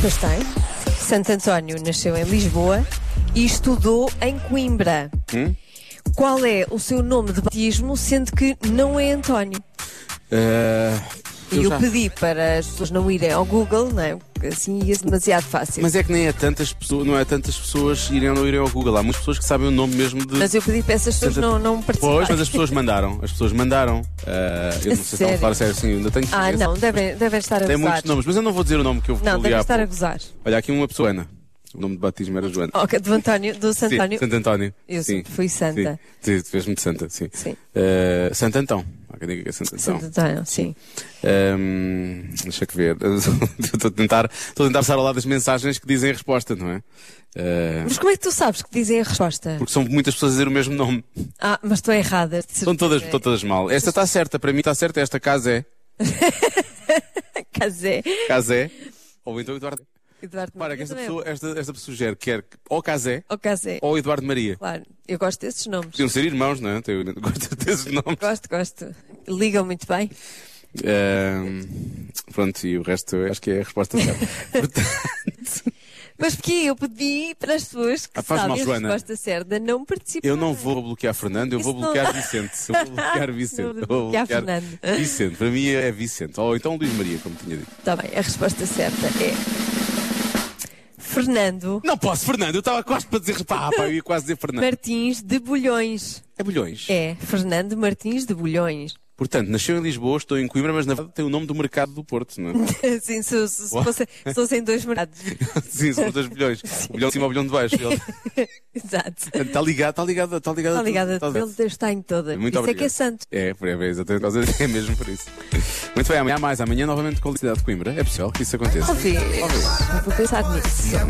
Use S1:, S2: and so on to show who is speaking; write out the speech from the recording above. S1: Pois tem. Santo António nasceu em Lisboa e estudou em Coimbra.
S2: Hum?
S1: Qual é o seu nome de batismo, sendo que não é António?
S2: Eh,
S1: E
S2: eu
S1: eu
S2: já-
S1: pedi para as pessoas não irem ao Google, não é? Porque assim ia demasiado fácil. Mas,
S2: Mas é que nem é tantas pessoas, não é tantas pessoas irem ou não irem ao Google. Há muitas pessoas que sabem o nome mesmo de.
S1: eu pedi para essas pessoas não, não participarem.
S2: Pois, mas as pessoas mandaram. As pessoas mandaram. Eh, eu não sei se estão a
S1: Sério?
S2: falar sério assim, ainda tenho
S1: Ah,
S2: certeza.
S1: não, devem, devem estar a
S2: Tem
S1: gozar.
S2: muitos nomes, mas eu não vou dizer o nome que eu vou
S1: Não, devem
S2: ligar.
S1: estar a gozar.
S2: Olha, aqui uma pessoa, Ana. O nome de batismo era Joana.
S1: Ok, do António, do Santo
S2: Sim,
S1: António.
S2: Santo António.
S1: Eu
S2: sim.
S1: sempre fui santa.
S2: Sim, sim tu és muito santa, sim.
S1: Sim.
S2: Eh, Santo Antão. Há quem diga que é Santo Antão.
S1: Santo António, sim.
S2: Ahm, deixa que ver. Estou a, tentar, estou a tentar passar ao lado das mensagens que dizem a resposta, não é? Ah,
S1: Mas como é que tu sabes que dizem a resposta?
S2: porque são muitas pessoas a dizer o mesmo nome.
S1: Ah, mas estou errada. de
S2: Estão todas,
S1: certeza.
S2: estão todas mal. Esta está certa, para mim está certa, esta casa é.
S1: Casé.
S2: Casé. Ou então Eduardo.
S1: Eduardo
S2: Para
S1: Maria
S2: que esta
S1: também é
S2: pessoa, esta, esta pessoa sugere que quer que- ou Casé
S1: bom. Ou Casé.
S2: ou Eduardo Maria.
S1: Claro, eu gosto desses nomes.
S2: Podiam ser irmãos, não é? Eu gosto desses nomes.
S1: Gosto, gosto. Ligam muito bem.
S2: Ahm, pronto, e o resto eu acho que é a resposta certa.
S1: Mas porque eu pedi para as pessoas que
S2: Ah, faz
S1: sabem
S2: mal,
S1: a
S2: Joana.
S1: resposta certa não participarem.
S2: Eu não vou bloquear Fernando, eu vou
S1: Isso não
S2: bloquear
S1: dá.
S2: Vicente. Eu vou bloquear
S1: Não
S2: Vicente.
S1: vou
S2: Eu vou
S1: bloquear Fernando.
S2: Vicente, para mim é Vicente. Ou então Luís Maria, como tinha dito.
S1: Está Tá bem, a resposta certa é... Fernando
S2: Não posso, Fernando, eu estava quase para dizer. Pá, pá, eu ia quase dizer Fernando.
S1: Martins de Bulhões.
S2: É bilhões.
S1: É, Fernando Martins de Bulhões.
S2: Portanto, nasceu em Lisboa, estou em Coimbra, mas na verdade tem o nome do mercado do Porto, não é?
S1: Sim, se, se, se fosse- se fossem dois mercados.
S2: Sim, são os dois bilhões. O bilhão de cima, o bilhão de baixo. Ele-
S1: Exato.
S2: Está ligado, está ligado,
S1: Está
S2: está ligado. a Tá tudo,
S1: ligada,
S2: está ligado.
S1: ele está em toda.
S2: Muito
S1: Isso é
S2: obrigado.
S1: que é santo.
S2: É, é exatamente por causa disso, é mesmo por isso. Muito bem, amanhã há mais, amanhã novamente com a cidade de Coimbra. É possível que isso aconteça.
S1: Talvez. Vou pensar nisso.